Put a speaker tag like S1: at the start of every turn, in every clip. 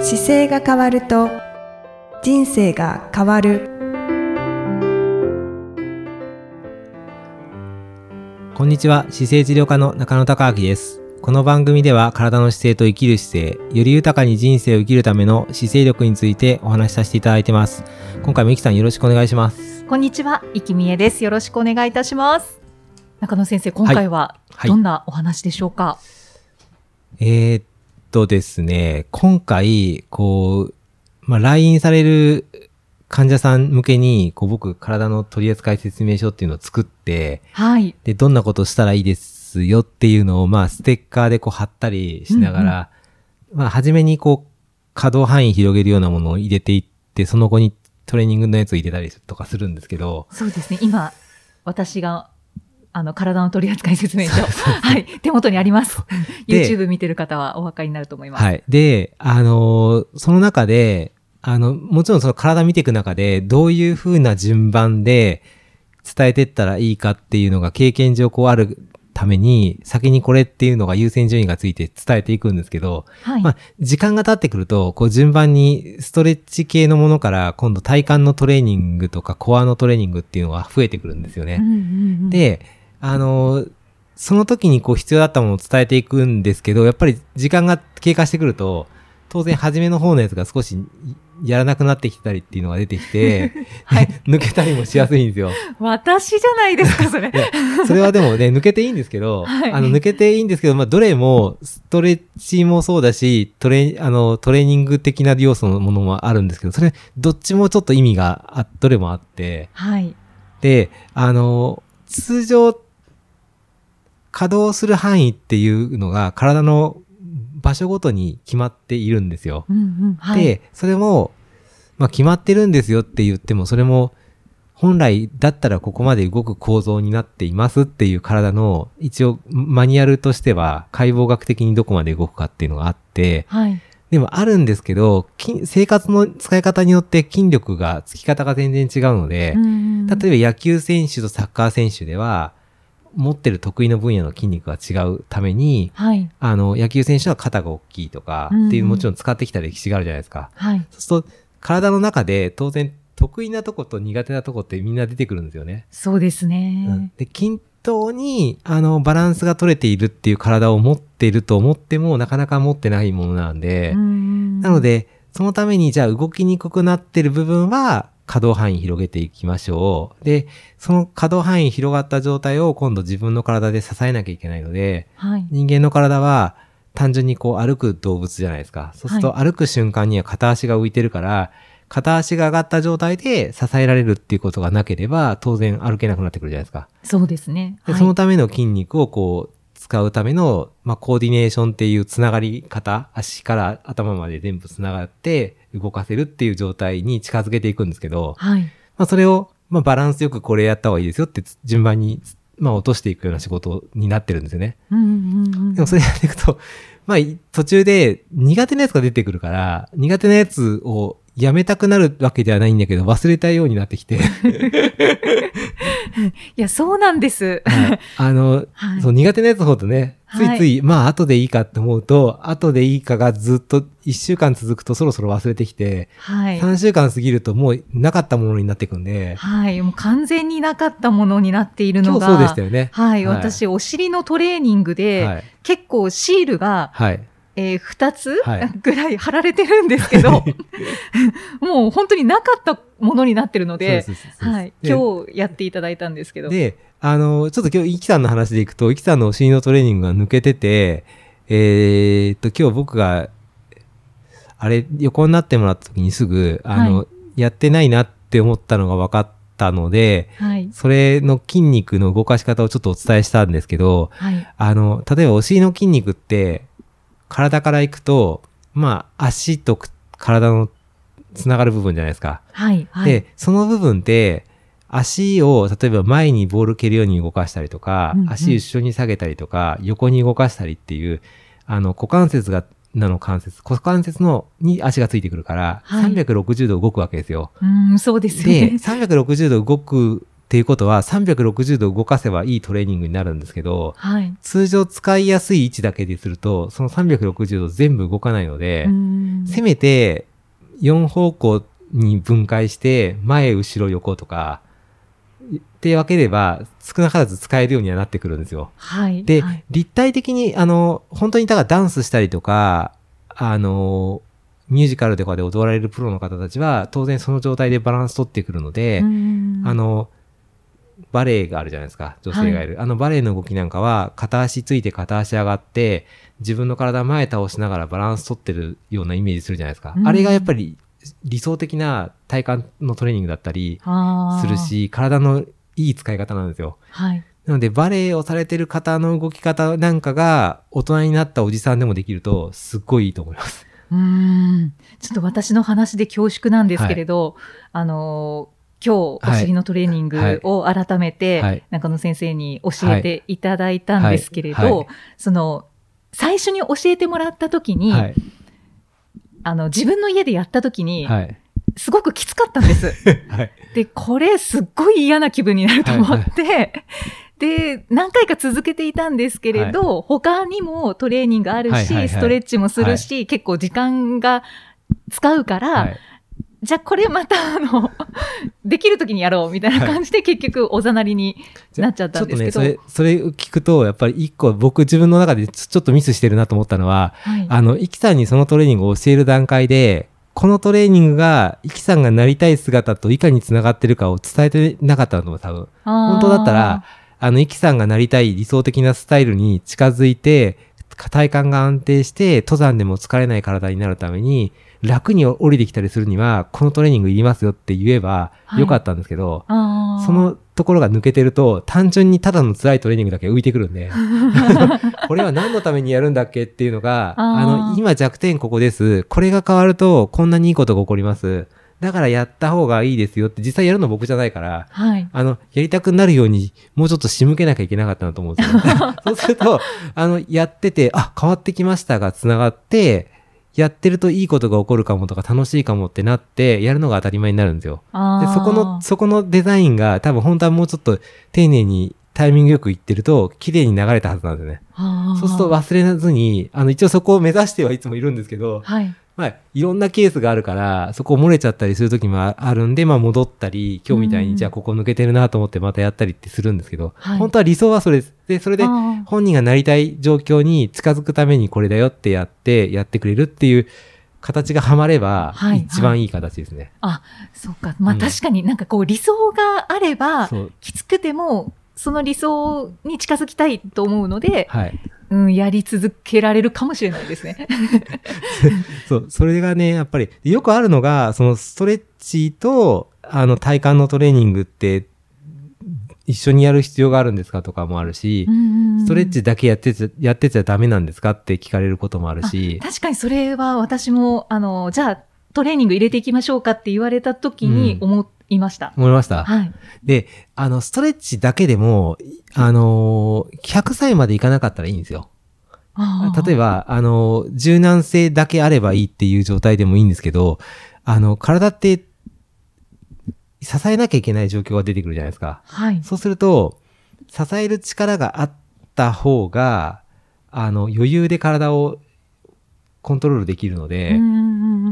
S1: 姿勢が変わると人生が変わる
S2: こんにちは姿勢治療科の中野孝明ですこの番組では体の姿勢と生きる姿勢より豊かに人生を生きるための姿勢力についてお話しさせていただいてます今回もゆきさんよろしくお願いします
S3: こんにちは、生きみえです。よろしくお願いいたします。中野先生、今回は
S2: はい
S3: どんなお話でしょうか。
S2: えー、っとですね今回こうまあ来院される患者さん向けにこう僕体の取扱説明書っていうのを作って
S3: はい、
S2: で、どんなことしたらいいですよっていうのを、まあ、ステッカーでこう貼ったりしながら、まあ、初めにこう、可動範囲広げるようなものを入れていって、その後にトレーニングのやつを入れたりとかするんですけど、
S3: そうですね。今、私があの体の取扱説明書、はい、手元にあります。
S2: で
S3: YouTube 見てる方はお分かりになると思います。
S2: はい。で、あのーその中で、あの、もちろんその体見ていく中で、どういう風な順番で伝えてったらいいかっていうのが経験上こうあるために、先にこれっていうのが優先順位がついて伝えていくんですけど、
S3: はい
S2: まあ、時間が経ってくると、こう順番にストレッチ系のものから、今度体幹のトレーニングとかコアのトレーニングっていうのが増えてくるんですよ
S3: うん
S2: ね。
S3: うんうん、
S2: で、あのーその時にこう必要だったものを伝えていくんですけど、やっぱり時間が経過してくると、当然初めの方のやつが少しやらなくなってきたりっていうのが出てきて、
S3: はい
S2: 抜けたりもしやすいんですよ。
S3: 私じゃないですか、それ
S2: い。や、 それはでもね、抜けていいんですけど、
S3: はい
S2: あの、抜けていいんですけど、まあ、どれも、ストレッチもそうだし、トレ、あの、トレーニング的な要素のものもあるんですけど、それ、どっちもちょっと意味があ、どれもあって、
S3: はい。
S2: で、あの、通常、稼働する範囲っていうのが、体の場所ごとに決まっているんですよ。
S3: うんうん、はい。
S2: で、それも、まあ、決まってるんですよって言っても、それも、本来だったらここまで動く構造になっていますっていう体の、一応、マニュアルとしては、解剖学的にどこまで動くかっていうのがあって、
S3: はい。
S2: でもあるんですけど、筋生活の使い方によって筋力が、つき方が全然違うので、
S3: 例え
S2: 例えば野球選手とサッカー選手では、持ってる得意の分野の筋肉が違うために、
S3: ば、はい。
S2: あの、野球選手は肩が大きいとか、っていう
S3: うん
S2: もちろん使ってきた歴史があるじゃないですか。
S3: はい。
S2: そうすると、体の中で当然得意なとこと苦手なとこってみんな出てくるんですよね。
S3: そうですね。
S2: うんで、均等に、あの、バランスが取れているっていう体を持っていると思っても、なかなか持ってないものなんで、な
S3: な
S2: の、で、そのために、じゃあ動きにくくなってる部分は、可動範囲広げていきましょう。で、その可動範囲広がった状態を今度自分の体で支えなきゃいけないので、
S3: はい。
S2: 人間の体は単純にこう歩く動物じゃないですか。そうすると歩く瞬間には片足が浮いてるから、片足が上がった状態で支えられるっていうことがなければ当然歩けなくなってくるじゃないですか。
S3: そうですね。
S2: で
S3: はい
S2: そのための筋肉をこう使うための、まあ、コーディネーションっていうつながり方、足から頭まで全部つながって動かせるっていう状態に近づけていくんですけど、
S3: はい。
S2: まあ、それを、まあ、バランスよくこれやった方がいいですよって順番に、まあ、落としていくような仕事になってるんですよね。
S3: うんうんうん
S2: でもそれやっていくと、 まあ、い途中で苦手なやつが出てくるから、苦手なやつをやめたくなるわけではないんだけど、忘れたいようになって きて、
S3: いや、そうなんです。
S2: はいあの、
S3: はい
S2: そう苦手なやつほどね、ついつい、
S3: は
S2: まあ、後でいいかって思うと、後でいいかがずっと1週間続くとそろそろ忘れてきて、
S3: はい。
S2: 3週間過ぎるともうなかったものになっていくんで、
S3: はい、もう完全になかったものになっている
S2: 今
S3: の
S2: 日
S3: が、
S2: そうでしたよね。
S3: はい、私、お尻のトレーニングで、
S2: はい。
S3: 結構シールが、
S2: はい。
S3: えー、2つ
S2: はい
S3: ぐらい貼られてるんですけど、 もう本当になかったものになってるので、
S2: そうそうそうそう
S3: はい、
S2: で
S3: 今日やっていただいたんですけど、
S2: で、あの、ちょっと今日、イキさんの話でいくと、イキさんのお尻のトレーニングが抜けてて、えーっと、今日僕が、あれ、横になってもらった時にすぐ、あの、
S3: は
S2: やってないなって思ったのが分かったので、
S3: はい、
S2: それの筋肉の動かし方をちょっとお伝えしたんですけど、
S3: はい、
S2: あの、例えばお尻の筋肉って、体から行くと、まあ、足とく体のつながる部分じゃないですか。
S3: はい、はい、
S2: で、その部分で、足を、例えば前にボール蹴るように動かしたりとか、
S3: うんうん
S2: 足後ろに下げたりとか、横に動かしたりっていう、あの、股関節が、なの関節、股関節の、に足がついてくるから、
S3: はい
S2: 360度動くわけですよ。
S3: うーん、そうですよ
S2: で、
S3: ね。
S2: 360度動くっっていうことは360度動かせばいいトレーニングになるんですけど、
S3: はい。
S2: 通常使いやすい位置だけですると、その360度全部動かないので、
S3: うん
S2: せめて4方向に分解して、前、後ろ、横とか、って分ければ、少なからず使えるようにはなってくるんですよ。
S3: はい。
S2: で、
S3: はい
S2: 立体的に、あの、本当にだからダンスしたりとか、あの、ミュージカルとかで踊られるプロの方たちは、当然その状態でバランス取ってくるので、
S3: うん
S2: あの、バレエがあるじゃないですか、女性がいる。あのバレエの動きなんかは、片足ついて片足上がって、自分の体前倒しながらバランス取ってるようなイメージするじゃないですか。
S3: うん
S2: あれがやっぱり理想的な体幹のトレーニングだったり
S3: あ
S2: す
S3: ー
S2: る。し、体のいい使い方なんですよ。
S3: はい。
S2: なので、バレエをされてる方の動き方なんかが、大人になったおじさんでもできると、すっごいいいと思います。
S3: うん。ちょっと私の話で恐縮なんですけれど、あのー、今日お尻のトレーニン
S2: はい
S3: グを改めて、
S2: はい
S3: 中野先生に教えていただいたんですけれど、
S2: はいはい
S3: その、最初に教えてもらった時に、
S2: はい。
S3: あの、自分の家でやった時に、
S2: はい。
S3: すごくきつかったんです。
S2: はい。
S3: で、これすっごい嫌な気分になると思って、 で、何回か続けていたんですけれど、他にもトレーニングあるし、
S2: はいはいはい
S3: ストレッチもするし、結構時間が使うから、
S2: はい。
S3: じゃあこれまたあの、 できる時にやろうみたいな感じで結局おざなりになっちゃったんですけど。
S2: ちょっとね、それ、それ聞くと、やっぱり一個僕自分の中でちょちょっとミスしてるなと思ったのは、
S3: はい
S2: あの、イキさんにそのトレーニングを教える段階で、このトレーニングが、イキさんがなりたい姿といかにつながってるかを伝えてなかったと思う、多分。本当だったら、、あの、イキさんがなりたい理想的なスタイルに近づいて、体幹が安定して、登山でも疲れない体になるために、楽に降りてきたりするには、このトレーニングいりますよって言えば
S3: はい
S2: よかったんですけど、
S3: あーあー
S2: そのところが抜けてると、単純にただの辛いトレーニングだけ浮いてくるんで、 これは何のためにやるんだっけっていうのが、
S3: あ
S2: あ
S3: ー
S2: の、今弱点ここです。これが変わると、こんなにいいことが起こります。だからやった方がいいですよって、実際やるの僕じゃないから、
S3: はい。
S2: あの、やりたくなるように、もうちょっと仕向けなきゃいけなかったなと思うん ですよ。そうすると、あの、やってて、あ、変わってきましたが繋がって、やってるといいことが起こるかもとか楽しいかもってなって、やるのが当たり前になるんですよ。
S3: あ
S2: で
S3: ー
S2: そこの、そこのデザインが多分本当はもうちょっと丁寧にタイミングよくいってると綺麗に流れたはずなんですよね。
S3: あー
S2: そうすると忘れずに、あの一応そこを目指してはいつもいるんですけど、
S3: はい。
S2: まあいろんなケースがあるから、そこ漏れちゃったりする時もああるんで、まあ戻ったり、今日みたい
S3: うん
S2: にじゃあここ抜けてるなと思ってまたやったりってするんですけど、
S3: はい
S2: 本当は理想はそれです。で、それで
S3: あー
S2: 本人がなりたい状況に近づくためにこれだよってやって、やってくれるっていう形がはまれば
S3: は、い
S2: 一番いい形ですね。
S3: そうか。まあ、
S2: うん
S3: 確かになんかこう理想があれば、
S2: そう。
S3: きつくても、その理想に近づきたいと思うので、
S2: はい。
S3: うん、やり続けられるかもしれないで すね。
S2: そう、それがね、やっぱり、よくあるのが、そのストレッチと、あの、体幹のトレーニングって、一緒にやる必要があるんですかとかもあるし、ス
S3: ス
S2: トレッチだけやってちゃ、やってちゃダメなんですかって聞かれることもあるし、
S3: 確かにそれは私も、あの、じゃあトレーニング入れていきましょうかって言われた時に
S2: うん
S3: 思いました。
S2: 思いました。
S3: はい。
S2: で、あの、ストレッチだけでも、いあのー、100歳までいかなかったらいいんですよ。例え
S3: ば、
S2: ば、あの、柔軟性だけあればいいっていう状態でもいいんですけど、あの、体って、支えなきゃいけない状況が出てくるじゃないですか。
S3: はい。
S2: そうすると、支える力があった方が、あの、余裕で体をコントロールできるので、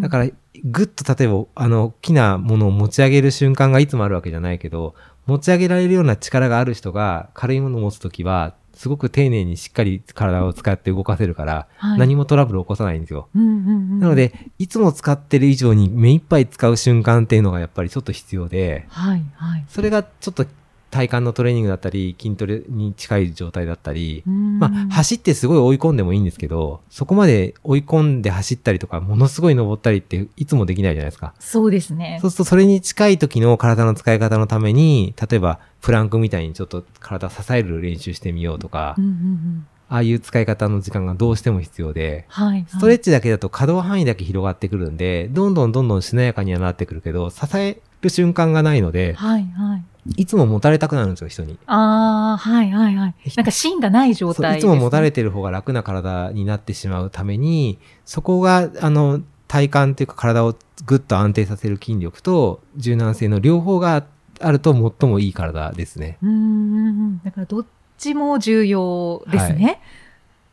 S2: だから、ぐっと例えば、あの、大きなものを持ち上げる瞬間がいつもあるわけじゃないけど、持ち上げられるような力がある人が軽いものを持つときは、すごく丁寧にしっかり体を使って動かせるから、
S3: はい
S2: 何もトラブルを起こさないんですよ。
S3: ら、な
S2: なの、で、いつも使ってる以上に目いっぱい使う瞬間っていうのがやっぱりちょっと必要で、
S3: はい、はい。
S2: それがちょっと体幹のトレーニングだったり、筋トレに近い状態だったり、ま
S3: ま
S2: あ、走ってすごい追い込んでもいいんですけど、そこまで追い込んで走ったりとか、ものすごい登ったりっていつもできないじゃないですか。
S3: そうですね
S2: そう。すると、それに近い時の体の使い方のために、例えば、プランクみたいにちょっと体支える練習してみようとか、
S3: うんうんうん
S2: ああいう使い方の時間がどうしても必要で、
S3: はいはい。
S2: ストレッチだけだと可動範囲だけ広がってくるんで、どんどんどんどんしなやかにはなってくるけど、支える瞬間がないので、
S3: はい、はい。
S2: いつも持たれたくなるんですよ、人に。
S3: ああ、はいはいはい。なんか芯がない状
S2: そう
S3: 態
S2: い
S3: で
S2: つ
S3: すね、
S2: も持たれてる方が楽な体になってしまうために、そこが、あの、体幹というか体をぐっと安定させる筋力と柔軟性の両方があると最もいい体ですね。
S3: うんうんうんだからどっちも重要ですね。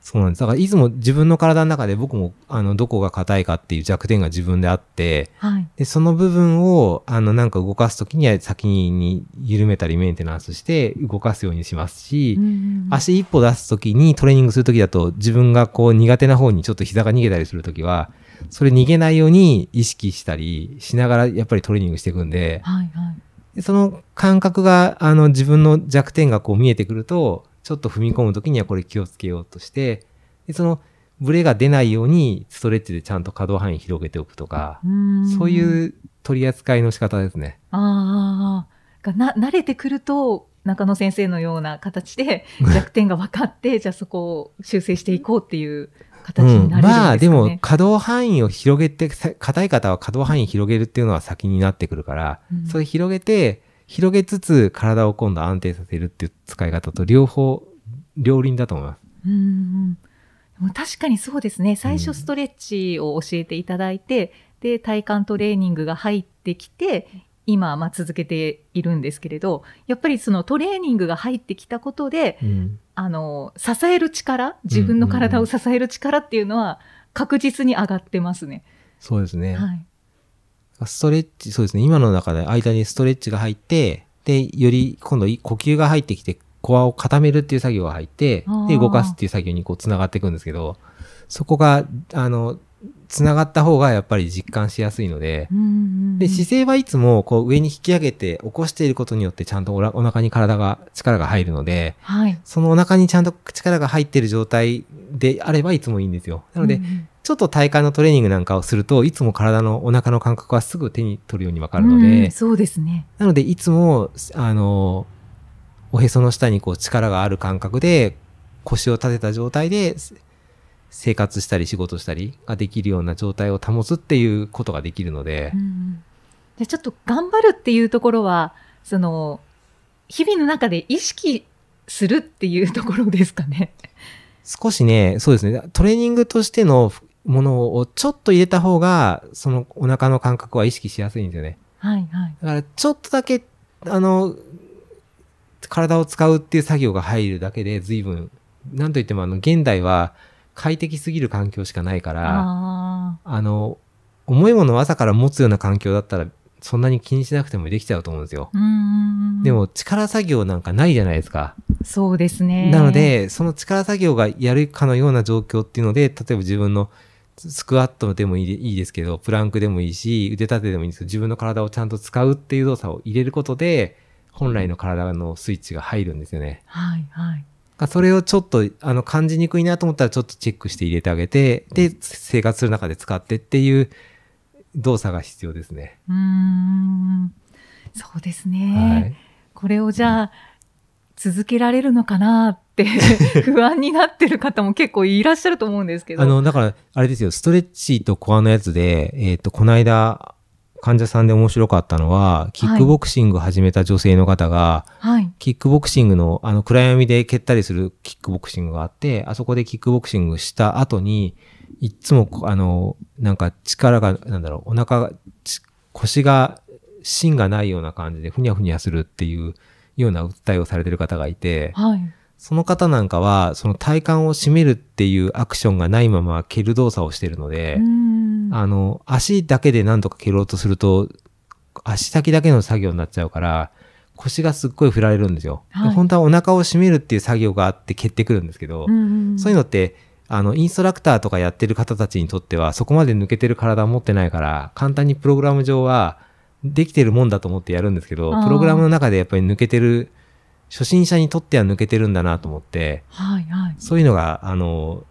S2: そうなんです。だからいつも自分の体の中で僕もあのどこが硬いかっていう弱点が自分であって、
S3: はい。
S2: で、その部分を、あの、なんか動かすときには先に緩めたりメンテナンスして動かすようにしますし、
S3: うんうんうん
S2: 足一歩出すときにトレーニングするときだと自分がこう苦手な方にちょっと膝が逃げたりするときは、それ逃げないように意識したりしながらやっぱりトレーニングしていくんで、
S3: はいはい。
S2: でその感覚が、あの自分の弱点がこう見えてくると、ちょっと踏み込むときにはこれ気をつけようとして、でそのブレが出ないようにストレッチでちゃんと可動範囲広げておくとか、
S3: うん
S2: そう
S3: う。
S2: いう取り扱いの仕方ですね。
S3: ああ。がな、慣れてくると、中野先生のような 形で弱点が分かって、じゃあそこを修正していこうっていう形になれるんですかね。
S2: まあでも可動範囲を広げて、さ硬い方は可動範囲広げるっていうのは先になってくるから、
S3: うん
S2: それ広げて、広げつつ体を今度安定させるっていう使い方と両方、両輪だと思います。
S3: うんうんでも確かにそうですね最
S2: うん
S3: 初ストレッチを教えていただいて、で体幹トレーニングが入ってきて今、まあ、続けているんですけれどやっぱりそのトレーニングが入ってきたことであの支える力自分の体を支える力っていうのは確実に上がってますね。
S2: そうですね。
S3: はい、
S2: ストレッチ、そうですね。今の中で間にストレッチが入って、で、より今度い呼吸が入ってきて、コアを固めるっていう作業が入って
S3: あ、ー
S2: で、動かすっていう作業にこう繋がっていくんですけど、そこが、あの、繋がった方がやっぱり実感しやすいので、
S3: うんうんうん
S2: で、姿勢はいつもこう上に引き上げて起こしていることによってちゃんとおらお腹に体が、力が入るので、
S3: はい、
S2: そのお腹にちゃんと力が入っている状態であればいつもいいんですよ。なので
S3: うんう、ん
S2: ちょっと体幹のトレーニングなんかをすると、いつも体のお腹の感覚はすぐ手に取るようにわかるの
S3: うんう
S2: で
S3: ん、そうですね。
S2: なのでいつも、あの、おへその下にこう力がある感覚で腰を立てた状態でせ生活したり仕事したりができるような状態を保つっていうことができるので
S3: う、んでちょっと頑張るっていうところはその日々の中で意識するっていうところですかね。
S2: 少しね、そうですね、トレーニングとしてのものをちょっと入れた方が、そのお腹の感覚は意識しやすいんですよね。
S3: はいはい。
S2: だからちょっとだけ、あの、体を使うっていう作業が入るだけで随分、なんといってもあの、現代は快適すぎる環境しかないから、あ
S3: あ
S2: の、重いものを朝から持つような環境だったら、そんなに気にしなくてもできちゃうと思うんですよ。
S3: あ。うん。
S2: でも、力作業なんかないじゃないですか。
S3: そうですね。
S2: なの、で、その力作業がやるかのような状況っていうので、例えば自分のスクワットでもいいでいいですけど、プランクでもいいし、腕立てでもいいんですけど、自分の体をちゃんと使うっていう動作を入れることで、本来の体のスイッチが入るんですよね。
S3: はいは
S2: だ
S3: い。
S2: からそれをちょっと、あの、感じにくいなと思ったら、ちょっとチェックして入れてあげて、で、生活する中で使ってっていう動作が必要ですね。
S3: うん。そうですね。
S2: はい。
S3: これをじゃあ、続けられるのかなって 不安になってる方も結構いらっしゃると思うんですけど。
S2: あの、だから、あれですよ、ストレッチとコアのやつで、えっ、と、この間、患者さんで面白かったのは、キックボクシング始めた女性の方が、
S3: はい。
S2: キックボクシングの、あの、暗闇で蹴ったりするキックボクシングがあって、あそこでキックボクシングした後に、いっつもこ、あの、なんか力が、なんだろう、お腹が、ち腰が、芯がないような感じで、ふにゃふにゃするっていうような訴えをされてる方がいて、
S3: はい。
S2: その方なんかは、その体幹を締めるっていうアクションがないまま蹴る動作をしてるので、
S3: うん。
S2: あの、足だけでなんとか蹴ろうとすると、足先だけの作業になっちゃうから、腰がすっごい振られるんですよ。で
S3: はい
S2: 本当はお腹を締めるっていう作業があって蹴ってくるんですけど、
S3: うん
S2: そういうのって、あの、インストラクターとかやってる方たちにとっては、そこまで抜けてる体を持ってないから、簡単にプログラム上は、できてるもんだと思ってやるんですけど
S3: あ、ー
S2: プログラムの中でやっぱり抜けてる、初心者にとっては抜けてるんだなと思って、
S3: はいはい。
S2: そういうのが、あの、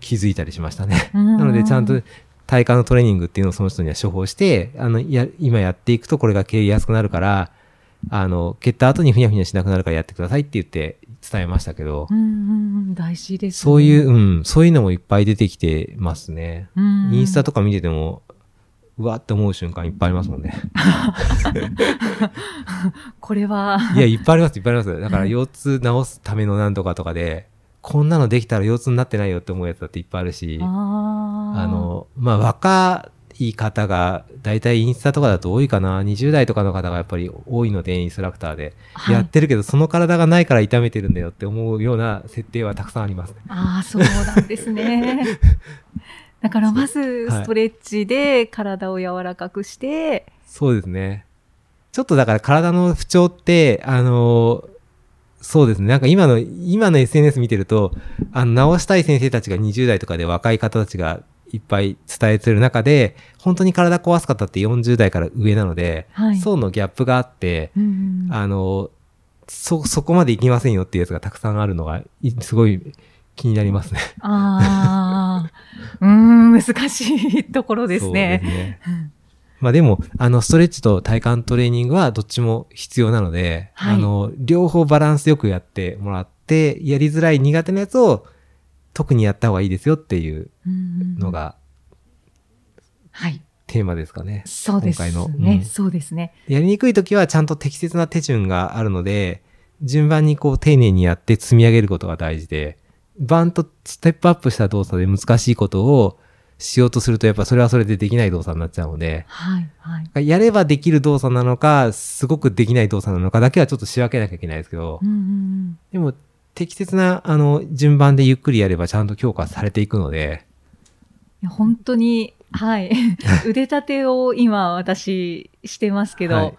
S2: 気づいたりしましたね。
S3: な
S2: なので、ちゃんと体幹のトレーニングっていうのをその人には処方して、あの、や、今やっていくとこれが経営やすくなるから、あの、蹴った後にふにゃふにゃしなくなるからやってくださいって言って伝えましたけど
S3: う、んうんうん、大事です、ね。
S2: そういう、うん、そういうのもいっぱい出てきてますね。
S3: うん、
S2: インスタとか見てても、うわって思う瞬間いっぱいありますもんね。
S3: これは、
S2: いや、いっぱいあります、いっぱいあります。だから、腰痛治すためのなんとかとかで、こんなのできたら腰痛になってないよって思うやつだっていっぱいあるし、
S3: あー
S2: あ、の、まあ、若い方が、だいたいインスタとかだと多いかな。20代とかの方がやっぱり多いので、インストラクターで。
S3: はい
S2: やってるけど、その体がないから痛めてるんだよって思うような設定はたくさんありますね。
S3: ああ、そうなんで すね。だからまず
S2: はい
S3: ストレッチで体を柔らかくして、
S2: そうですね。ちょっとだから体の不調って、あのそうですね。なんか今の、今の SNS 見てると、あの、治したい先生たちが20代とかで若い方たちがいっぱい伝えてる中で、本当に体壊す方って40代から上なので、
S3: はい
S2: 層のギャップがあって、
S3: うんうん
S2: あのそ、そこまでいきませんよっていうやつがたくさんあるのが、いすごい気になりますね。
S3: ああ、うーん、難しいところです
S2: そう
S3: ね。
S2: ですねまあでも、あの、ストレッチと体幹トレーニングはどっちも必要なので、
S3: はい
S2: あの、両方バランスよくやってもらって、やりづらい苦手なやつを特にやった方がいいですよっていうの
S3: うんうん
S2: が
S3: はい、
S2: テーマですかね。
S3: そうです
S2: 今回のう
S3: ね。
S2: ん
S3: そうですね。
S2: やりにくい時はちゃんと適切な手順があるので、順番にこう丁寧にやって積み上げることが大事で、バンとステップアップした動作で難しいことをしようとすると、やっぱそれはそれでできない動作になっちゃうので、
S3: はい、はい。
S2: やればできる動作なのか、すごくできない動作なのかだけはちょっと仕分けなきゃいけないですけど
S3: う、んうんうん
S2: でも適切なあの順番でゆっくりやればちゃんと強化されていくので、
S3: いや本当に、 はい。腕立てを今私してますけど、
S2: はい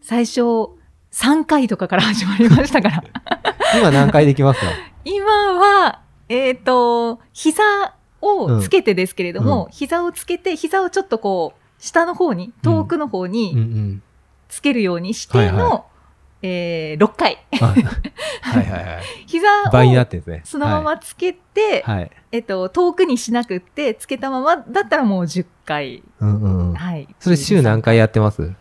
S3: 最初3回とかから始まりましたから。
S2: 今何回でき ますか
S3: 今は、えっ、と、膝をつけてですけれども、
S2: う
S3: 膝をつけて、膝をちょっとこう、下の方に、遠くの方
S2: うんう
S3: に
S2: ん。
S3: つけるようにしての、
S2: はいは
S3: えー6回。
S2: あはいはいはい。
S3: 膝
S2: 倍になっ
S3: を
S2: てるん ですね。
S3: そのままつけて、
S2: はい。はい。
S3: えっ、と、遠くにしなくって、つけたままだったらもう10回。
S2: うんうんうん。
S3: はい。
S2: それ週何回やってます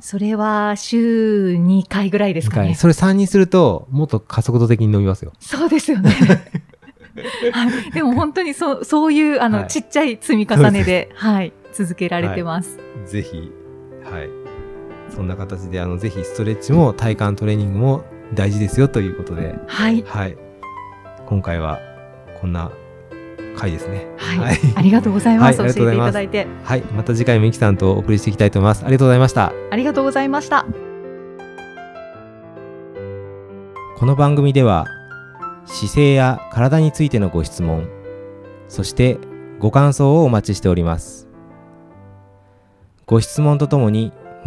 S3: それは週2回ぐらいですか
S2: 二回
S3: ね。
S2: それ3にすると、もっと加速度的に伸びますよ。
S3: そうで すよね。はい、でも本当にそうそういうあの、
S2: はい
S3: ちっちゃい積み重ねで、はい、続けられてます。
S2: ぜひ、はい。そんな形で、あの、ぜひストレッチも体幹トレーニングも大事ですよということで、
S3: はい、
S2: はい。今回は、こんな回ですね。
S3: はい、ありがとうございます。
S2: はいありがと
S3: 教
S2: うござい
S3: えてい
S2: ます
S3: ただいて
S2: はい。また次回もゆきさんとお送りしていきたいと思います。ありがとうございました。
S3: ありがとうございました。
S2: この番組では姿勢や体についてのご質問そしてご感想をお待ちしておりますご質問とともに